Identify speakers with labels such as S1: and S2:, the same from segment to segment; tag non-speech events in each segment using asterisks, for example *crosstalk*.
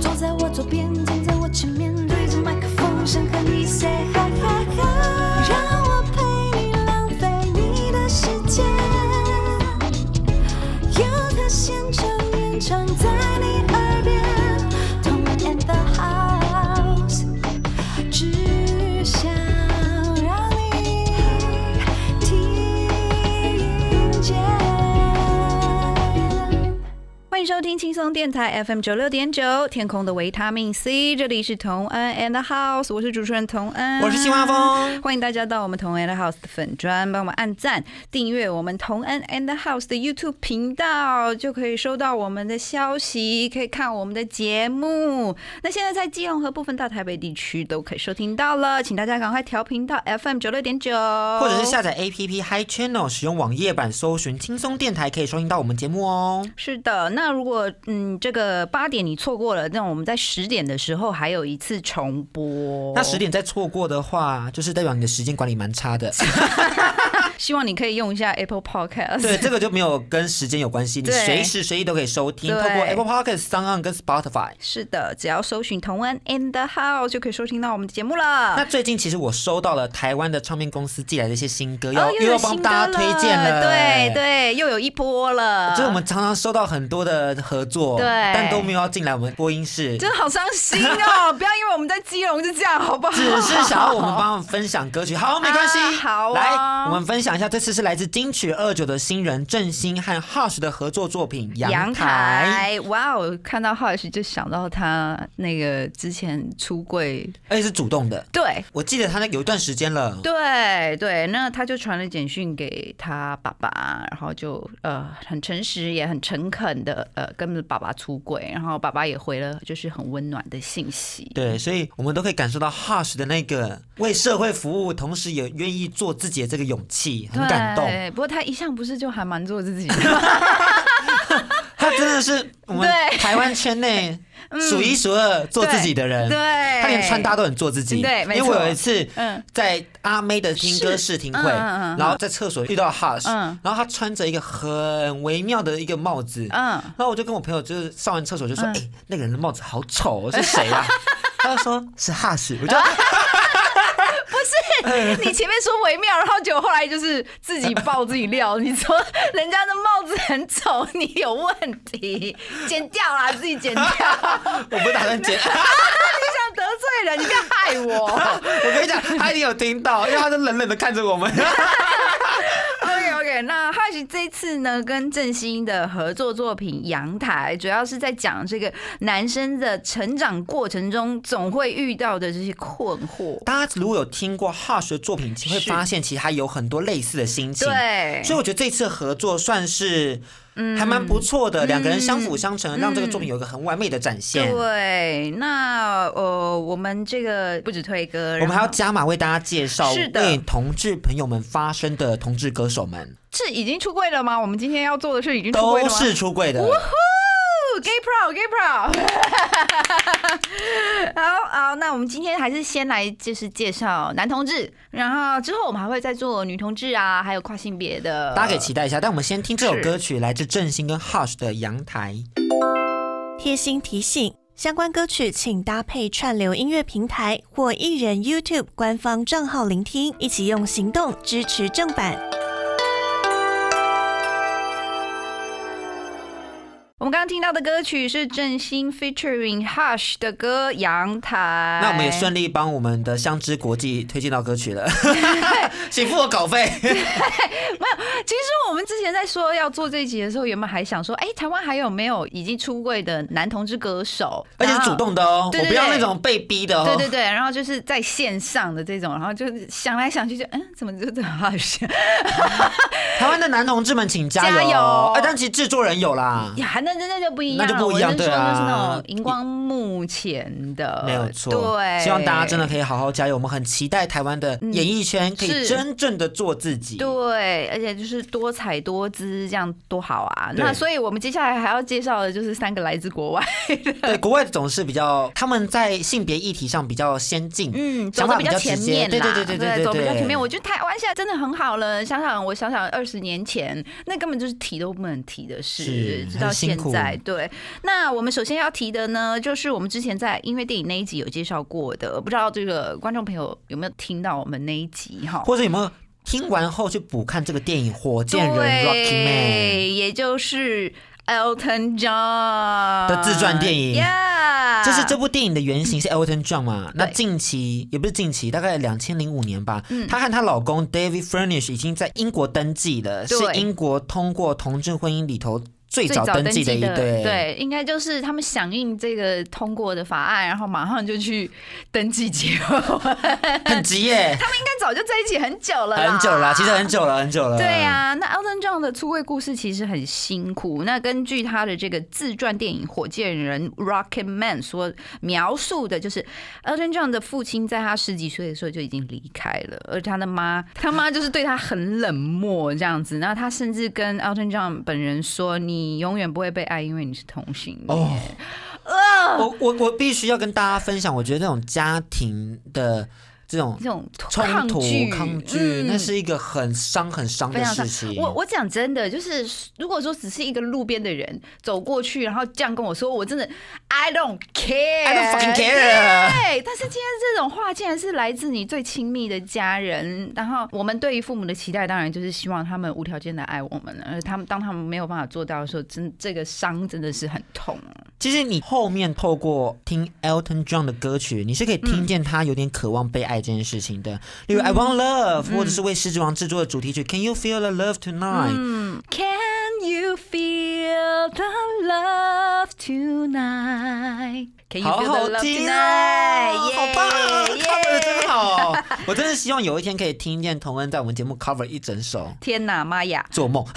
S1: 坐在我左边，站在我前面，对着麦克风，想和你 say hi hi hi，让我陪你浪费你的时间。有个现场演唱在你耳边，同我 and the house，只想让你听见。
S2: 欢迎收听轻松电台 FM 九六点九，天空的维他命 C，这里是童恩 and the house，我是主持人童恩，
S3: 我是新华峰
S2: 欢迎大家到我们童恩 and the house 的粉砖，帮我们按赞、订阅我们童恩 and the house 的 YouTube 频道，就可以收到我们的消息，可以看我们的节目。那现在在基隆和部分大台北地区都可以收听到了，请大家赶快调频到 FM 九六点九，
S3: 或者是下载 APP Hi Channel，使用网页版搜寻轻松电台，可以收听到我们节目哦。
S2: 是的，那如果嗯这个八点你错过了，那我们在十点的时候还有一次重播。
S3: 那十点再错过的话，就是代表你的时间管理蛮
S2: *laughs*
S3: 差的。
S2: 希望你可以用一下 Apple Podcast。
S3: 对，这个就没有跟时间有关系，你
S2: 对
S3: 随时随地都可以收听，
S2: 对
S3: 透过 Apple Podcast、s o n 跟 Spotify。
S2: 是的，只要搜寻同恩 and the house 就可以收听到我们的节目了。
S3: 那最近其实我收到了台湾的唱片公司寄来的一些新歌，
S2: 哦
S3: 要又
S2: 有
S3: 要
S2: 新
S3: 帮
S2: 歌
S3: 大
S2: 了，
S3: 家推荐了。哎
S2: 对。对，又有一波了，
S3: 就是我们常常收到很多的合作，
S2: 对
S3: 但都没有要进来我们播音室，
S2: 真的好伤心哦！不要因为我们在基隆就这样，好不好？
S3: 只是想要我们帮我们分享歌曲，好，没关系、
S2: 啊 *laughs* 好啊
S3: 来，我们分享一下，这次是来自金曲二九的新人郑兴和 Hush 的合作作品《阳台》，
S2: 台，哇哦！看到 Hush 就想到他那个之前出柜，
S3: 而哎且是主动的。
S2: 对，
S3: 我记得他那有一段时间了，
S2: 对对，那他就传了简讯给他爸爸，然后就呃很诚实也很诚恳的呃跟着爸爸出轨，然后爸爸也回了就是很温暖的信息。
S3: 对，所以我们都可以感受到 Hush 的那个为社会服务，同时也愿意做自己的这个勇气，很感动。
S2: 对，不过他一向不是就还蛮做自
S3: *laughs*
S2: 己的吗？
S3: 他真的是我们
S2: 对嗯
S3: 台湾圈
S2: *laughs*
S3: 内数一数二做自己的人。
S2: 对，
S3: 他连穿搭都很做自己。
S2: 对没
S3: 因为
S2: 错
S3: 我有一次
S2: 嗯
S3: 在阿妹的听歌试听会，
S2: 是嗯嗯嗯嗯
S3: 然后在厕所遇到 Hush，、
S2: 嗯
S3: 然后他穿着一个很微妙的一个帽子，
S2: 嗯
S3: 然后我就跟我朋友就是上完厕所就说：“哎、那个人的帽子好丑、哦，是谁
S2: *laughs*
S3: 啊？”他就说是 Hush，我就。
S2: 不是你前面说微妙，然后结果后来就是自己爆自己料，你说人家的帽子很丑，你有问题，剪掉啦，自己剪掉， *laughs* 啊
S3: 我不打算剪，
S2: 想得罪人，你不要害我。
S3: 我跟你讲，他一定有听到，因为他就冷冷的看着我们。
S2: OK OK，那 *laughs* Hush 这次呢跟郑兴的合作作品《阳台》，主要是在讲这个男生的成长过程中总会遇到的这些困惑。
S3: 大家如果有听过 Hush 的作品，其实会
S2: 是
S3: 发现其实还有很多类似的心情。
S2: 对，嗯
S3: 所以我觉得这次合作算是还蛮不错的，两、个人相辅相成，让这个作品有一个很完美的展现。
S2: 嗯对，那呃，我们这个不止推歌，
S3: 我们还
S2: 然
S3: 要
S2: 后
S3: 加码为大家介绍
S2: 是的
S3: 为同志朋友们发声的同志歌手们，
S2: 是已经出柜了吗？我们今天要做的是已经出柜了
S3: 都
S2: 吗？
S3: 是出柜的。
S2: 哦 Gay Pro，Gay Pro。好好，那我们今天还是先来就是介绍男同志，然后之后我们还会再做女同志啊，还有跨性别的。
S3: 大家可以期待一下，但我们先听这首
S2: 是
S3: 歌曲，来自郑兴跟 Hush 的《阳台》。
S4: 贴心提醒：相关歌曲请搭配串流音乐平台或艺人 YouTube 官方账号聆听，一起用行动支持正版。
S2: 我们刚刚听到的歌曲是郑兴 featuring Hush 的歌《阳台》。
S3: 那我们也顺利帮我们的相知国际推荐到歌曲
S2: *laughs*
S3: 了，请付我稿费。
S2: 其实我们之前在说要做这一集的时候，原本还想说，哎、台湾还有没有已经出柜的男同志歌手？
S3: 而且是
S2: 然后
S3: 主动的哦，
S2: 对对
S3: 我不要
S2: 对
S3: 那种被逼的哦。
S2: 对对对，然后就是在线上的这种，然后就是想来想去就，嗯，怎么就这好像
S3: 台湾的男同志们请加油！
S2: 加油
S3: 哎但其实制作人有啦，
S2: 呀，那那那就不一样了，
S3: 那就不一样
S2: 我是说
S3: 对啊
S2: 就是那种荧光幕前的，
S3: 没有错，
S2: 对，
S3: 希望大家真的可以好好加油。我们很期待台湾的演艺圈可以
S2: 是
S3: 真正的做自己。
S2: 对，而且就是多彩海多姿，这样多好啊！
S3: 对
S2: 那所以我们接下来还要介绍的就是三个来自国外，
S3: 对，国外总是比较他们在性别议题上比较先进，
S2: 嗯，走
S3: 想
S2: 的
S3: 法
S2: 比
S3: 较
S2: 前
S3: 直接
S2: 面
S3: 对
S2: 啦，
S3: 对对对对，
S2: 走比较前面。
S3: 对
S2: 我觉得台湾现在真的很好了，想想我想想二十年前，那根本就是提都不能提的事
S3: 是，
S2: 直到现在
S3: 很辛苦
S2: 对。那我们首先要提的呢，就是我们之前在音乐电影那一集有介绍过的，不知道这个观众朋友有没有听到我们那一集哈？
S3: 或者有没有听完后去补看这个电影《火箭人 Rocky Man》？
S2: 对，也就是 Elton John
S3: 的自传电影
S2: ，Yeah，
S3: 就是这部电影的原型是
S2: *laughs*
S3: Elton John 嘛？那
S2: 啊对嗯
S3: 近期也不是近期，大概两千零五年吧，她和她老公 David Furnish 已经在英国登记了，是
S2: 对
S3: 英国通过同志婚姻里头最
S2: 最
S3: 早
S2: 登
S3: 登记的一
S2: 的
S3: 对。
S2: 对，应该就是他们响应这个通过的法案，然后马上就去登记结
S3: *laughs*
S2: 婚。他们
S3: 很
S2: *laughs*
S3: 急耶，
S2: 应该早就在一起很久了啦，
S3: 很久了，其实很久了，很久了。
S2: 对啊，那 Elton John 的出柜故事其实很辛苦。那根据他的这个自传电影《火箭人 Rocket Man》所描述的，就是 Elton John 的父亲在他十几岁的时候就已经离开了，而他的妈，他妈就是对他很冷漠这样子。那他甚至跟 Elton John 本人说：“你永远不会被爱，因为你是同性恋。
S3: 哦
S2: 哦
S3: 我我我必须要跟大家分享，我觉得这种家庭的这种
S2: 这种
S3: 冲
S2: 抗
S3: 突
S2: 拒、嗯
S3: 抗拒，那是一个很伤很伤
S2: 非
S3: 的
S2: 常
S3: 事
S2: 伤
S3: 情。
S2: 我我讲真的，就是如果说只是一个路边的人走过去，然后这样跟我说，我真的 I don't care。
S3: I don't fucking care。
S2: *laughs* 对，但是今天这种话竟然是来自你最亲密的家人，然后我们对于父母的期待，当然就是希望他们无条件的爱我们，而他们当他们没有办法做到的时候，真这个伤真的是很痛。
S3: 其实你后面透过听 Elton John 的歌曲，你是可以听见他有点渴望被爱这件事情的，例如《I Want Love》或
S2: 嗯
S3: 者是为《狮子王》制作的主题曲《Can You Feel the Love Tonight》。
S2: 嗯 Can you feel the love tonight? Can you
S3: 好
S2: feel
S3: 好
S2: the love
S3: 听
S2: tonight?
S3: 哦，
S2: Yeah,
S3: 好棒啊！他们
S2: yeah
S3: 的真好，我真的希望有一天可以听见童恩在我们节目 cover 一整首。
S2: 天哪，妈呀！
S3: 做梦， *laughs*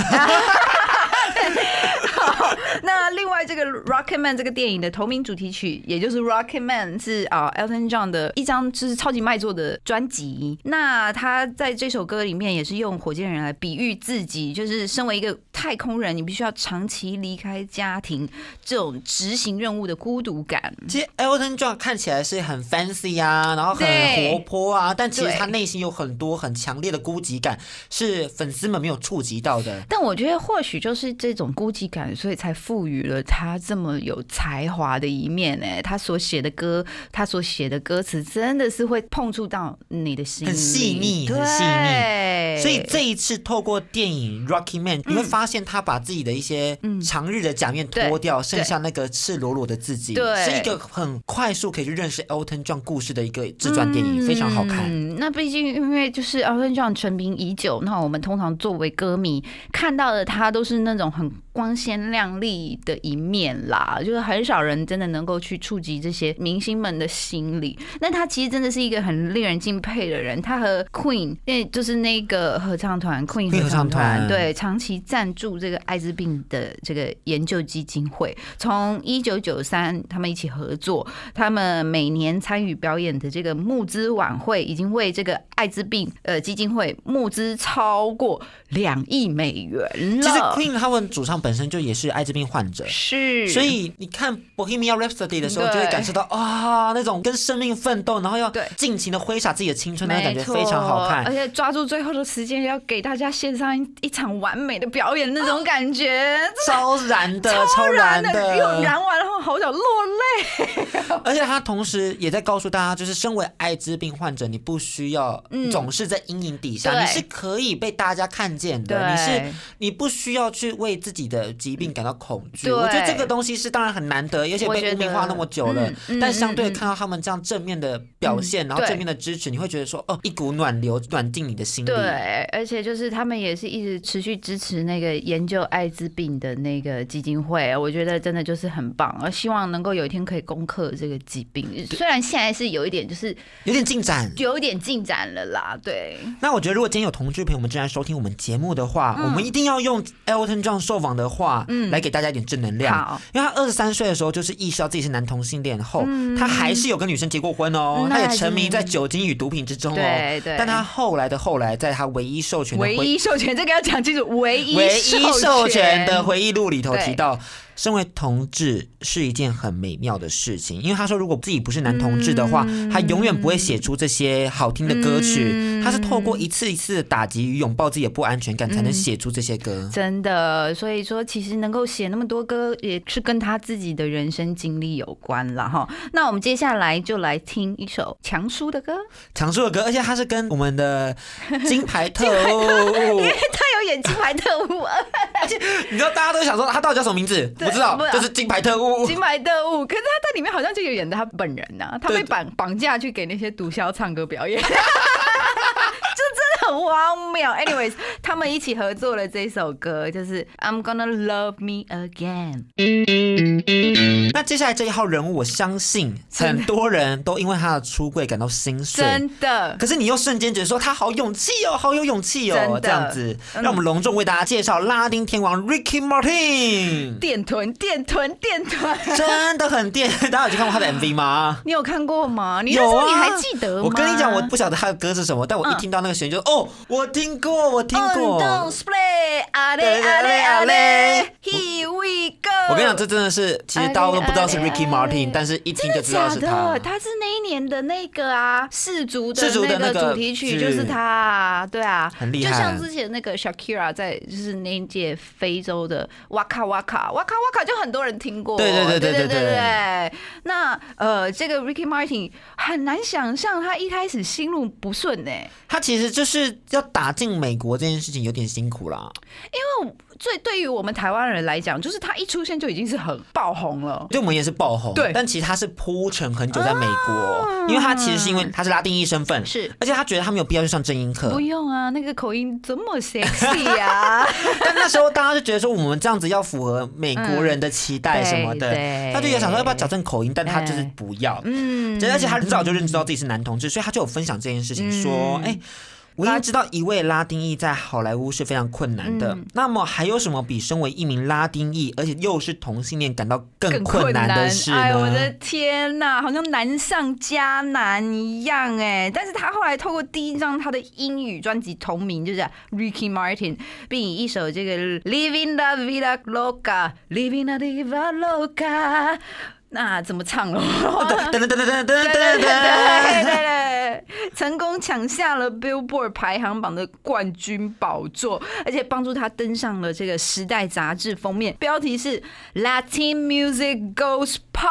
S2: 那另外这个《Rocket Man》这个电影的同名主题曲，也就是《Rocket Man》，是啊、Elton John 的一张就是超级卖座的专辑。那他在这首歌里面也是用火箭人来比喻自己，就是身为一个太空人，你必须要长期离开家庭，这种执行任务的孤独感。
S3: 其实 Elton John 看起来是很 fancy 啊，然后很
S2: 对
S3: 活泼啊，但其实
S2: 对
S3: 他内心有很多很强烈的孤寂感，是粉丝们没有触及到的。
S2: 但我觉得或许就是这种孤寂感，所以才赋予了他这么有才华的一面、哎，他所写的歌，他所写的歌词，真的是会碰触到你的心里，
S3: 很细腻
S2: 对
S3: 很细所以这一次透过电影《Rocky Man》，你会
S2: 嗯
S3: 发现他把自己的一些长日的假面脱掉，剩下那个赤裸裸的自己，
S2: 对
S3: 是一个很快速可以去认识 Elton John 故事的一个自传电影，非常好看。
S2: 嗯，那毕竟因为就是呃 Elton John 成名已久，那我们通常作为歌迷看到的他都是那种很光鲜亮丽的一面啦，就是很少人真的能够去触及这些明星们的心理。那他其实真的是一个很令人敬佩的人，他和 Queen 那就是那个合唱团 Queen
S3: Queen 合唱团
S2: 对长期赞助这个艾滋病的这个研究基金会，从一九九三他们一起合作，他们每年参与表演的这个募资晚会，已经为这个艾滋病呃基金会募资超过两亿美元
S3: 其实
S2: 了。
S3: Queen 他们主唱本身就也是艾滋病患者。
S2: 是，
S3: 所以你看《Bohemian Rhapsody》的时候，
S2: 对
S3: 就会感受到啊，那种跟生命奋斗，然后要
S2: 对
S3: 尽情的挥洒自己的青春，那种
S2: 没
S3: 感觉
S2: 错，哎
S3: 非常好
S2: 而
S3: 看。
S2: 且抓住最后的时间，要给大家献上一场完美的表演，那种感
S3: *laughs*
S2: 觉。
S3: 超燃的，超
S2: 燃
S3: 燃
S2: 的，
S3: 的，
S2: 又燃完，然后好想落泪。
S3: 而且他同时也在告诉大家，就是身为艾滋病患者，你不需要总是在阴影底下，
S2: 嗯对
S3: 你是可以被大家看见的，
S2: 对
S3: 你是你不需要去为自己的疾病感到恐惧。
S2: 对
S3: 我觉得这个东西是当然很难得，而且
S2: 我觉
S3: 被
S2: 得
S3: 污名化那么久了
S2: 嗯嗯，
S3: 但相
S2: 嗯
S3: 对
S2: 嗯嗯
S3: 看到他们这样正面的表现，然后
S2: 对
S3: 正面的支持，你会觉得说，哦，一股暖流暖进你的心里。
S2: 对，而且就是他们也是一直持续支持那个研究艾滋病的那个基金会，我觉得真的就是很棒，而希望能够有一天可以攻克这个疾病。虽然现在是有一点，就是
S3: 有点进展。
S2: 有一点进展了啦，对，
S3: 那我觉得，如果今天有同志朋友们正在收听我们节目的话，
S2: 嗯
S3: 我们一定要用 Elton John 受访的话，来给大家一点正能量。
S2: 好，
S3: 因为他二十三岁的时候，就是意识到自己是男同性恋后，他还是有跟女生结过婚哦，
S2: 嗯
S3: 他也
S2: 那还是
S3: 沉迷在酒精与毒品之中哦。
S2: 对对
S3: 但他后来的后来，在他唯一授权的
S2: 唯
S3: 回
S2: 一授权这个要讲清楚，唯一
S3: 唯一授权
S2: 权
S3: 的回忆录里头
S2: 对
S3: 提到，身为同志是一件很美妙的事情，因为他说，如果自己不是男同志的话，
S2: 嗯
S3: 他永远不会写出这些好听的歌曲，他是透过一次一次的打击与拥抱自己的不安全感，
S2: 嗯
S3: 才能写出这些歌。
S2: 真的，所以说其实能够写那么多歌，也是跟他自己的人生经历有关了哈。那我们接下来就来听一首强叔的
S3: *laughs*
S2: 歌，
S3: 常说的歌，而且他是跟我们的金牌特务，
S2: 他有演《金牌特务啊二》
S3: 你知道大家都想说他到底叫什么名字？
S2: 对
S3: 不知道
S2: 不知，道
S3: 就是金牌特务。
S2: 金牌特务》，可是他在里面好像就有演的他本人呐、他被
S3: 对
S2: 绑绑架去给那些毒枭唱歌表演。 *laughs* 就真的很荒谬。Anyways，他 *laughs* 们一起合作了这首歌，就是《I'm Gonna Love Me Again》。
S3: *laughs* 那接下来这一号人物，我相信很多人都因为他的出柜感到心碎。
S2: 真的，
S3: 可是你又瞬间觉得说他好勇气哦，好有勇气
S2: 真
S3: 哦
S2: 的，
S3: 这样子，
S2: 嗯
S3: 让我们隆重为大家介绍拉丁天王
S2: *laughs*
S3: Ricky Martin，
S2: 电臀，电臀，电臀。
S3: 真的很电。大家有去看过他的 MV 吗？
S2: *laughs* 你有看过吗？ *laughs* 你那时
S3: 有
S2: 候
S3: 啊，
S2: 你还记得吗？嗯
S3: 我跟你讲，我不晓得他的歌是什么，但我一听到那个旋律就、哦，我听过，我听
S2: Oh,
S3: 过。
S2: Don't play，阿嘞
S3: 对对对
S2: 阿嘞阿
S3: 啊
S2: 嘞
S3: 嘞
S2: ，Here we go。
S3: 我跟你讲，这真的是，其实大家都不知道是 Ricky
S2: 哎
S3: Martin，但是一听就知道是
S2: 真的假
S3: 他
S2: 的，。他是那一年的那个啊，氏族的
S3: 氏族的
S2: 那个
S3: 那个
S2: 主题曲
S3: 剧
S2: 就是他、啊，对啊，
S3: 很厉害
S2: 就像之前那个 Shakira 在就是那一届非洲的哇卡哇卡哇卡哇卡，就很多人听过，
S3: 对对
S2: 对
S3: 对
S2: 对
S3: 对对对
S2: 对那呃，这个 Ricky Martin 很难想象他一开始心路不顺呢、
S3: 他其实就是要打进美国这件事情有点辛苦啦。
S2: 最对于我们台湾人来讲，就是他一出现就已经是很爆红了。
S3: 对我们也是爆红，
S2: 对啊
S3: 但其实他是铺陈很久在美国，因为他其实是因为他是拉丁裔身份，
S2: 是
S3: 而且他觉得他没有必要去上正音课
S2: 不，用啊，那个口音这么 sexy 呀、啊，
S3: 但那时候大家就觉得说我们这样子要符合美国人的期待什么
S2: 嗯
S3: 的，
S2: 对对
S3: 他就也想说要不要矫正口音，但他就是不要，嗯，而且他很早就认知到自己是男同志，所以他就有分享这件事情说，
S2: 嗯
S3: 哎、我已经知道一位拉丁裔在好莱坞是非常困难的，
S2: 嗯
S3: 那么还有什么比身为一名拉丁裔，而且又是同性恋感到更困难的事呢？
S2: 哎，我的天呐，好像难上加难一样哎。但是他后来透过第一张他的英语专辑同名，就是 Ricky Martin，并以一首这个 Living la vida loca，Living la vida loca，那怎么唱了？ *laughs*
S3: 噔噔噔噔噔噔
S2: 对
S3: 噔
S2: 对
S3: *laughs*
S2: 对
S3: 噔。
S2: 对，成功抢下了 Billboard 排行榜的冠军宝座，而且帮助他登上了这个《时代》杂志封面，标题是 “Latin Music Goes Pop”。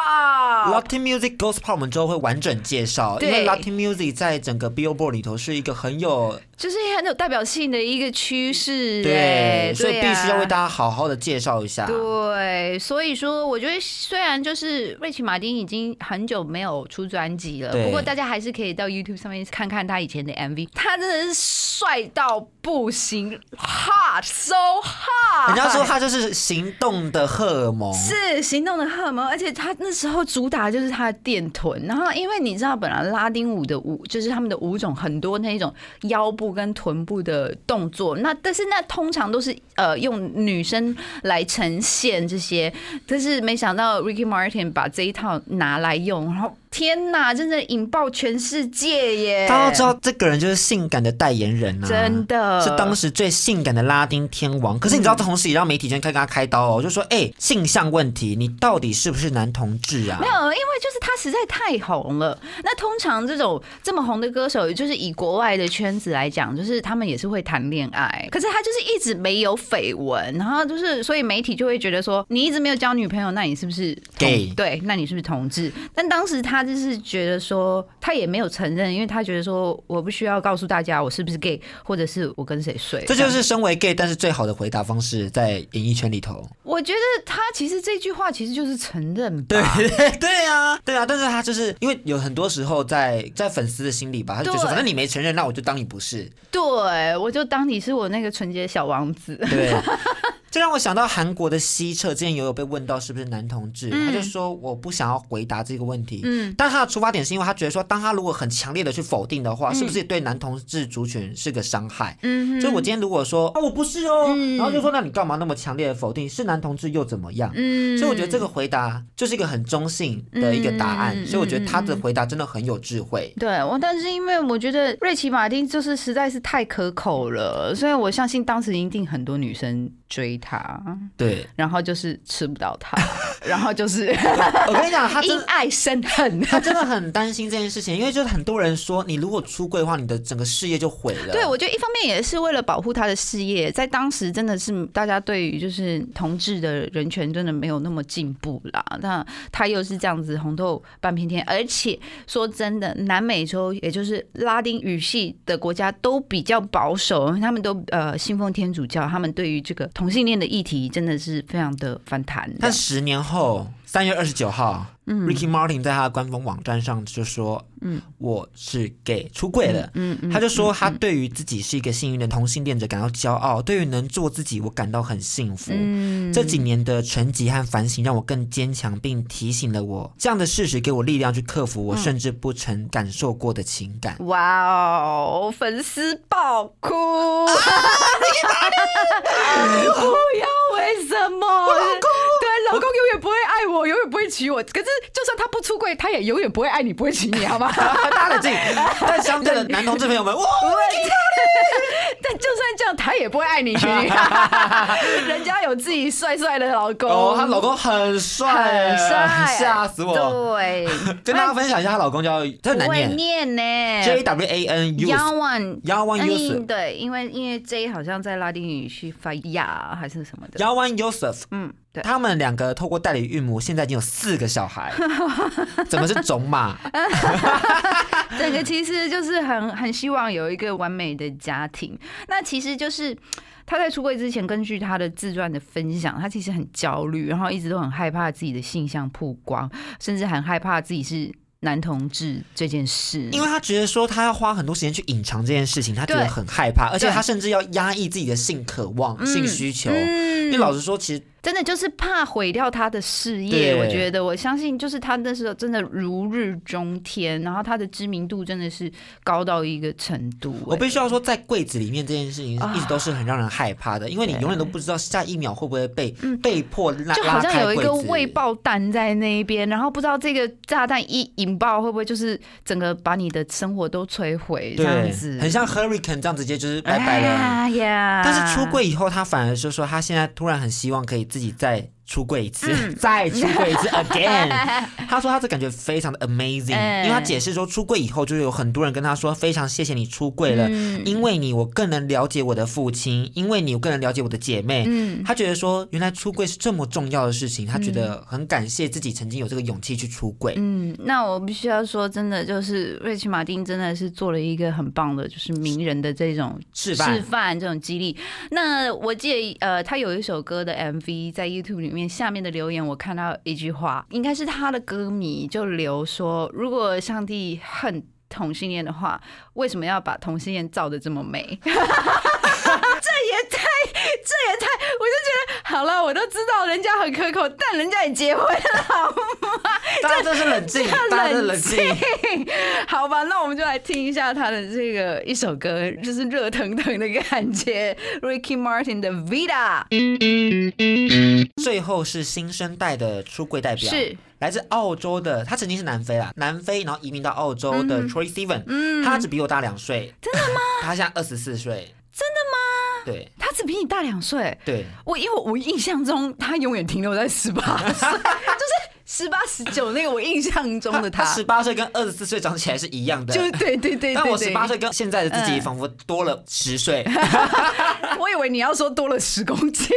S3: Latin music goes pop，我们之后会完整介绍，因为
S2: 对
S3: Latin music 在整个 Billboard 里头是一个很有
S2: 就是很有代表性的一个趋势、哎
S3: 对，所以必须要为
S2: 对啊
S3: 大家好好的介绍一下。
S2: 对，所以说我觉得虽然就是瑞奇马丁已经很久没有出专辑了，
S3: 对
S2: 不过大家还是可以到 YouTube 上面看看他以前的 MV，他真的是帅到不行，hot so hot。
S3: 人家说它就是行动的荷尔蒙，
S2: 是行动的荷尔蒙，而且他那时候主打就是他的电臀。然后因为你知道，本来拉丁舞的舞就是他们的舞种很多那种腰部跟臀部的动作，那但是那通常都是呃用女生来呈现这些，但是没想到 Ricky Martin 把这一套拿来用，然后天呐，真的引爆全世界耶！
S3: 大家都知道这个人就是性感的代言人啊，
S2: 真的嗯
S3: 是当时最性感的拉丁天王。可是你知道，同时也让媒体圈开跟他开刀哦，就说哎、性向问题，你到底是不是男同志啊
S2: 没？有，因为就是他实在太红了。那通常这种这么红的歌手，就是以国外的圈子来讲，就是他们也是会谈恋爱，可是他就是一直没有绯闻，然后就是所以媒体就会觉得说，你一直没有交女朋友，那你是不是同
S3: Gay
S2: 对，那你是不是同志？但当时他就是觉得说，他也没有承认，因为他觉得说，我不需要告诉大家我是不是 gay，或者是我跟谁睡。
S3: 这就是身为 gay 但是最好的回答方式，在演艺圈里头。
S2: 我觉得他其实这句话其实就是承认吧。
S3: 对 *laughs* 对啊，对啊，但是他就是因为有很多时候在在粉丝的心里吧，他就觉得说
S2: 对
S3: 反正你没承认，那我就当你不是。
S2: *laughs* 对，我就当你是我那个纯洁小王子。
S3: 对，这让我想到韩国的西澈，之前也有被问到是不是男同志，
S2: 嗯
S3: 他就说我不想要回答这个问题。
S2: 嗯
S3: 但他的出发点是因为他觉得说，当他如果很强烈的去否定的话，是不是对男同志族群是个伤害？
S2: 嗯哼，
S3: 所以，我今天如果说啊我不是哦，
S2: 嗯
S3: 然后就说那你干嘛那么强烈的否定？是男同志又怎么样？
S2: 嗯，
S3: 所以我觉得这个回答就是一个很中性的一个答案，
S2: 嗯
S3: 所以我觉得他的回答真的很有智慧。
S2: 对我，但是因为我觉得瑞奇马丁就是实在是太可口了，所以我相信当时一定很多女生追他， *laughs*
S3: 对，
S2: 然后就是吃不到他，然后就是
S3: 我跟你讲， *laughs* 他
S2: 因
S3: 真的
S2: 爱生恨。
S3: 他真的很担心这件事情，因为就是很多人说，你如果出柜的话，你的整个事业就毁了。
S2: 对，我觉得一方面也是为了保护他的事业，在当时真的是大家对于就是同志的人权真的没有那么进步啦。那他又是这样子红透半边天，而且说真的，南美洲也就是拉丁语系的国家都比较保守，他们都呃信奉天主教，他们对于这个同性恋的议题真的是非常的反弹的。
S3: 但十年后，三月二十九号、r i c k y Martin 在他的官方网站上就说：“嗯，我是 gay，出柜了。嗯”他就说他对于自己是一个幸运的同性恋者感到骄傲，对于能做自己，我感到很幸福。这几年的沉寂和反省让我更坚强，并提醒了我这样的事实给我力量去克服我甚至不曾感受过的情 *laughs* 感。
S2: *laughs* 哇哦，粉丝爆 *laughs* 哭！哎不要，为什么？对，老公永远不会爱我，永远不会娶我。可是，就算他不出柜，他也永远不会爱你，不会娶你，好
S3: *laughs*
S2: 吗？
S3: 大冷静，但相 *laughs* 对的男同志朋友们，哇！
S2: 但就算这样，他也不会爱你，娶
S3: *laughs*
S2: 你。人家有自己帅帅的老公，
S3: 哦，她老公很帅，
S2: 很帅，
S3: 哎吓死我！
S2: 对，
S3: 跟大家分享一下，她老公叫这很难
S2: 会
S3: 念
S2: 念呢。
S3: J W A N U
S2: Young one，
S3: Yawan
S2: 嗯
S3: Yusuf
S2: 对，因为因为 J 好像在拉丁语区发呀还是什么的，
S3: Yawan Yusuf。
S2: 嗯，对，
S3: 他们两个透过代理孕母，现在已经有四个
S2: *laughs*
S3: 小孩，怎么是种马？
S2: 这个其实就是很很希望有一个完美的家庭。那其实就是他在出柜之前，根据他的自传的分享，他其实很焦虑，然后一直都很害怕自己的性向曝光，甚至很害怕自己是男同志这件事。
S3: 因为他觉得说他要花很多时间去隐藏这件事情，他觉得
S2: 对
S3: 很害怕，而且
S2: 对嗯
S3: 他甚至要压抑自己的性渴望、性需求。因为老实说，其实
S2: 真的就是怕毁掉他的事业，
S3: 对
S2: 我觉得，我相信就是他那时候真的如日中天，然后他的知名度真的是高到一个程度、
S3: 我必
S2: 哎
S3: 须要说，在柜子里面这件事情
S2: 啊
S3: 一直都是很让人害怕的，因为你永远都不知道下一秒会不会被被迫拉
S2: 嗯就好
S3: 拉
S2: 像
S3: 开
S2: 有一
S3: 柜
S2: 个
S3: 子。
S2: 未爆弹在那一边，然后不知道这个炸弹一引爆，会不会就是整个把你的生活都摧毁这
S3: 对，
S2: 样子？
S3: 很像 Hurricane 这样直接就是拜拜了。
S2: 哎呀，
S3: 但是出柜以后，他反而就说他现在突然很希望可以自己再出柜一次，
S2: 嗯
S3: *laughs* 再出柜一
S2: *laughs*
S3: 次 again。他说他这感觉非常的 amazing，、
S2: 哎
S3: 因为他解释说出柜以后，就是有很多人跟他说非常谢谢你出柜了，
S2: 嗯
S3: 因为你我更能了解我的父亲，因为你我更能了解我的姐妹。
S2: 嗯
S3: 他觉得说原来出柜是这么重要的事情，他觉得很感谢自己曾经有这个勇气去出柜。
S2: 嗯，那我必须要说，真的就是瑞奇马丁真的是做了一个很棒的，就是名人的这种
S3: 示范
S2: 示范这种激励。那我记得呃，他有一首歌的 MV 在 YouTube 里面，下面的留言我看到一句话，应该是他的歌迷就留说，如果上帝恨。同性恋的话，为什么要把同性恋造的这么美？ *laughs* 这也太，这也太，我就觉得好了，我都知道人家很可口，但人家也结婚了，好吗
S3: 大家真是
S2: *laughs*
S3: 冷静，大家真是冷静。
S2: 好吧，那我们就来听一下他的这个一首歌，就是热腾腾的感觉，Ricky Martin 的 Vida。
S3: 最后是新生代的出柜代表，
S2: 是
S3: 来自澳洲的，他曾经是南非啦，南非然后移民到澳洲的 Troy Steven，嗯，他只比我大两岁，真的吗？他现在二十四岁，真的吗？
S2: 他只比你大两岁，
S3: 对对，
S2: 我因为我印象中他永远停留在十八岁，
S3: *laughs*
S2: 就是十八十九那个我印象中的
S3: 他十八岁跟二十四岁长起来是一样的，
S2: 就是对对对对对，
S3: 但我十八岁，跟现在的自己
S2: 嗯
S3: 仿佛多了十岁，
S2: 我以为你要说多了十公斤，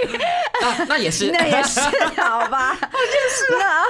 S3: 那那也是，
S2: 那也是好吧，就是那
S3: 啊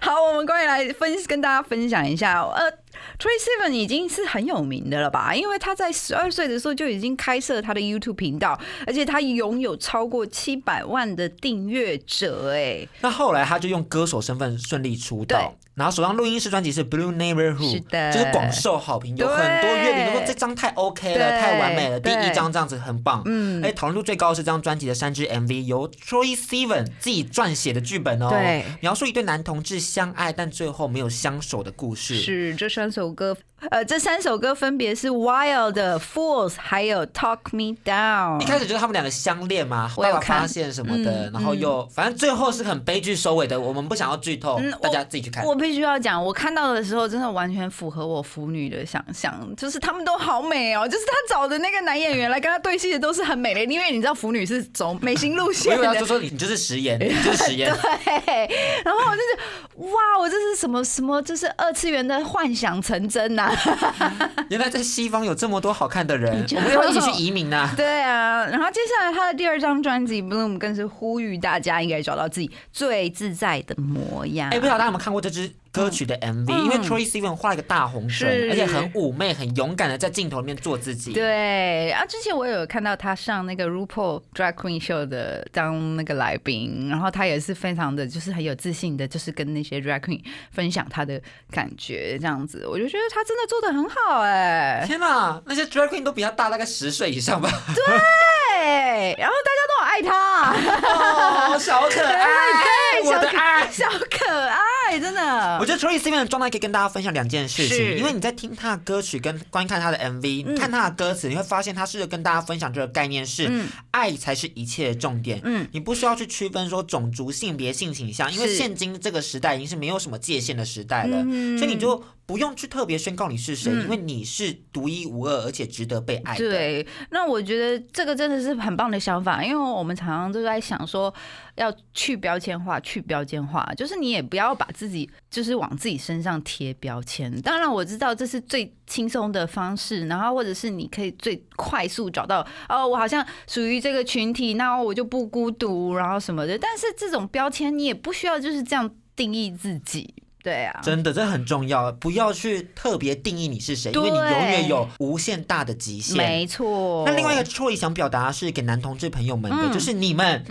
S2: 好，我们关于来分跟大家分享一下，呃。Trey Seven 已经是很有名的了吧？因为他在十二岁的时候就已经开设他的 YouTube 频道，而且他拥有超过七百万的订阅者、哎，
S3: 那后来他就用歌手身份顺利出道
S2: 对，
S3: 然后首张录音室专辑是 Blue Neighborhood，
S2: 是的
S3: 就是广受好评，有
S2: 对
S3: 很多乐评都说这张太 OK 了，
S2: 对
S3: 太完美了，第
S2: 对
S3: 一张这样子很棒，嗯，而且讨论度最高的是这张专辑的三支 MV，由 Troy Sivan 自己撰写的剧本哦，
S2: 对
S3: 描述一对男同志相爱但最后没有相守的故事，
S2: 是这三首歌，呃，这三首歌分别是 Wild、Fools，还有 Talk Me
S3: 一
S2: Down。
S3: 开始就是他们两个相恋嘛，
S2: 我
S3: 爸
S2: 有
S3: 爸发
S2: 看嗯
S3: 现什么的，然后又、反正最后是很悲剧收尾的，我们不想要剧透，
S2: 嗯
S3: 大
S2: 我
S3: 家自己去看。
S2: 我必须要讲，我看到的时候真的完全符合我腐女的想象，就是他们都好美哦，就是他找的那个男演员来跟他对戏的都是很美的，因为你知道腐女是走美型路
S3: 我以
S2: 线
S3: 为他
S2: 的
S3: 说，说你你就是食言，你就是食言。
S2: *laughs* 对，然后我就是哇，我这是什么什么，就是二次元的幻想成真啊呐、
S3: 原来在西方有这么多好看的人，
S2: 就
S3: 我们要一起去移
S2: *laughs*
S3: 民呐、
S2: 对啊，然后接下来他的第二张专辑《Bloom》更是呼吁大家应该找到自己最自在的模样。
S3: 哎、不知道大家有没有看过这支歌曲的 MV？、因为 Troy Sivan 画了一个大红唇
S2: 嗯是，
S3: 而且很妩媚、很勇敢的在镜头里面做自己。
S2: 对啊，之前我有看到他上那个 RuPaul Drag Queen Show 的当那个来宾，然后他也是非常的，就是很有自信的，就是跟那些 Drag Queen 分享他的感觉这样子，我就觉得他真的做的很好哎、
S3: 天哪，那些 drag queen 都比他大大概十岁以上吧，
S2: 对，然后大家都好爱他，
S3: *laughs* 哦，小可爱，
S2: *laughs* 对，
S3: 哎我
S2: 小
S3: 的
S2: 可
S3: 爱，
S2: 小可爱，真的，
S3: 我觉得 Troy Sivan 的状态可以跟大家分享两件事
S2: 是嗯
S3: 情，因为你在听他的歌曲跟观看他的 MV，、看他的歌词，你会发现他试着跟大家分享这个概念是，
S2: 嗯
S3: 爱才是一切的重点。嗯，你不需要去区分说种族、性别、性倾向，因为
S2: 是
S3: 现今这个时代已经是没有什么界限的时代了，
S2: 嗯
S3: 所以你就不用去特别宣告你是谁，因为你是独一无二而且值得被爱的。，
S2: 对，那我觉得这个真的是很棒的想法，因为我们常常都在想说要去标签化，去标签化，就是你也不要把自己就是往自己身上贴标签。当然我知道这是最轻松的方式，然后或者是你可以最快速找到哦，我好像属于这个群体，那我就不孤独，然后什么的。但是这种标签你也不需要就是这样定义自己，对啊，
S3: 真的这很重要，不要去特别定义你是谁，因为你永
S2: 对
S3: 远有无限大的极限。
S2: 没错。
S3: 那另外一个 Troy 想表达是给男同志朋友们的，
S2: 哦嗯
S3: 就是你们，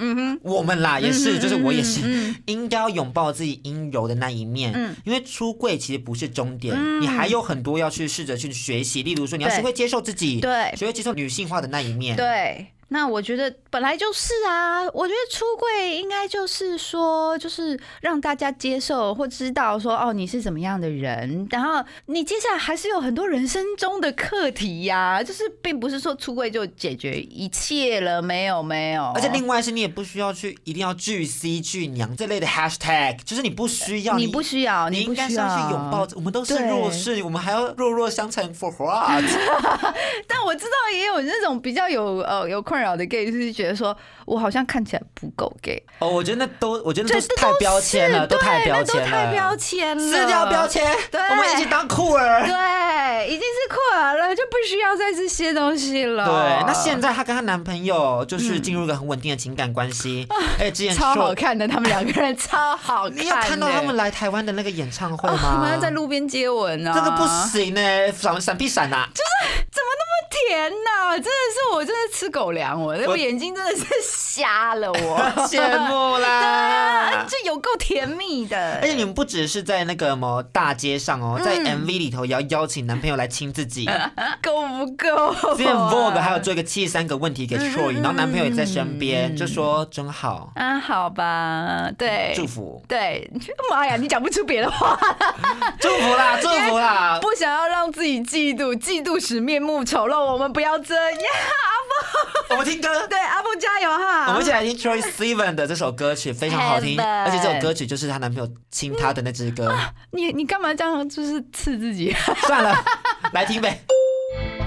S3: 我们啦，也是，就是我也是，
S2: 嗯
S3: 应该要拥抱自己阴柔的那一面，因为出柜其实不是终点，你还有很多要去试着去学习，例如说你要
S2: 嗯对
S3: 学会接受自己，
S2: 对
S3: 学会接受女性化的那一面，
S2: 对，那我觉得本来就是啊，我觉得出柜应该就是说，就是让大家接受或知道说，哦，你是怎么样的人，然后你接下来还是有很多人生中的课题呀、就是并不是说出柜就解决一切了，没有没有，
S3: 而且另外是你也不需要去一定要巨 C 巨娘这类的 hashtag，就是你不需要，
S2: 你不需要，
S3: 你
S2: 不
S3: 应该
S2: 需
S3: 是
S2: 要
S3: 要去拥抱，我们都是
S2: 对
S3: 弱势，我们还要弱弱相残 for what？
S2: 但我知道也有那种比较有呃有困扰的 gay，就是觉得说我好像看起来不够 gay，
S3: 哦，我觉得那都，我觉得那
S2: 这
S3: 都是太标签了，
S2: 对
S3: 太标签
S2: 那都
S3: 了，
S2: 太标签了，
S3: 撕掉标签，
S2: 对
S3: 我们一起当酷儿。
S2: 对，已经是酷儿了，就不需要再这些东西了。
S3: 对，那现在她跟她男朋友就是进入一个很稳定的情感关系，哎，之前
S2: 嗯啊超好
S3: 说，
S2: 看的，他们两个人超好看的。
S3: 你有看到他们来台湾的那个演唱会
S2: 他
S3: 吗？
S2: 们要在路边接吻啊！
S3: 这个不行呢，闪闪避闪啊呐！
S2: 天哪，真的是我真的吃狗粮，我
S3: 我
S2: 我眼睛真的是瞎了，
S3: *laughs*
S2: 我
S3: 羡慕
S2: 啊，
S3: 啦！
S2: 这有够甜蜜的
S3: 而。且你们不只是在那个什么大街上哦，
S2: 嗯
S3: 在 MV 里头也要邀请男朋友来亲自己。
S2: 哦够不够、啊？
S3: 之前 Vogue 还有做一个七十三个问题给 Troy，然后
S2: 嗯
S3: 男朋友也在身边，就说真好，
S2: 啊，好吧，对，
S3: 祝福。
S2: 对，妈呀，你讲不出别的话，
S3: 祝福啦，祝福
S2: *laughs*
S3: 啦！
S2: 不想要让自己嫉妒，嫉妒使面目丑陋，我们不要这样。
S3: 我们听歌，
S2: 对，阿布加油哈！
S3: 我们一起来听 Troy Sivan 的这首歌曲，非常好听，
S2: Heaven
S3: 而且这首歌曲就是她男朋友亲她的那支歌。
S2: 你你干嘛这样就是刺自己？
S3: 算了，来听呗。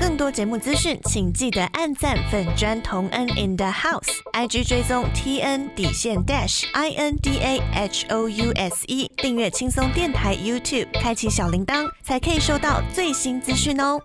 S4: 更多节目资讯，请记得按赞粉砖同恩 in the house，IG 追踪 T N 底线 dash I N D A H O U S E，订阅轻松电台 YouTube，开启小铃铛才可以收到最新资讯哦。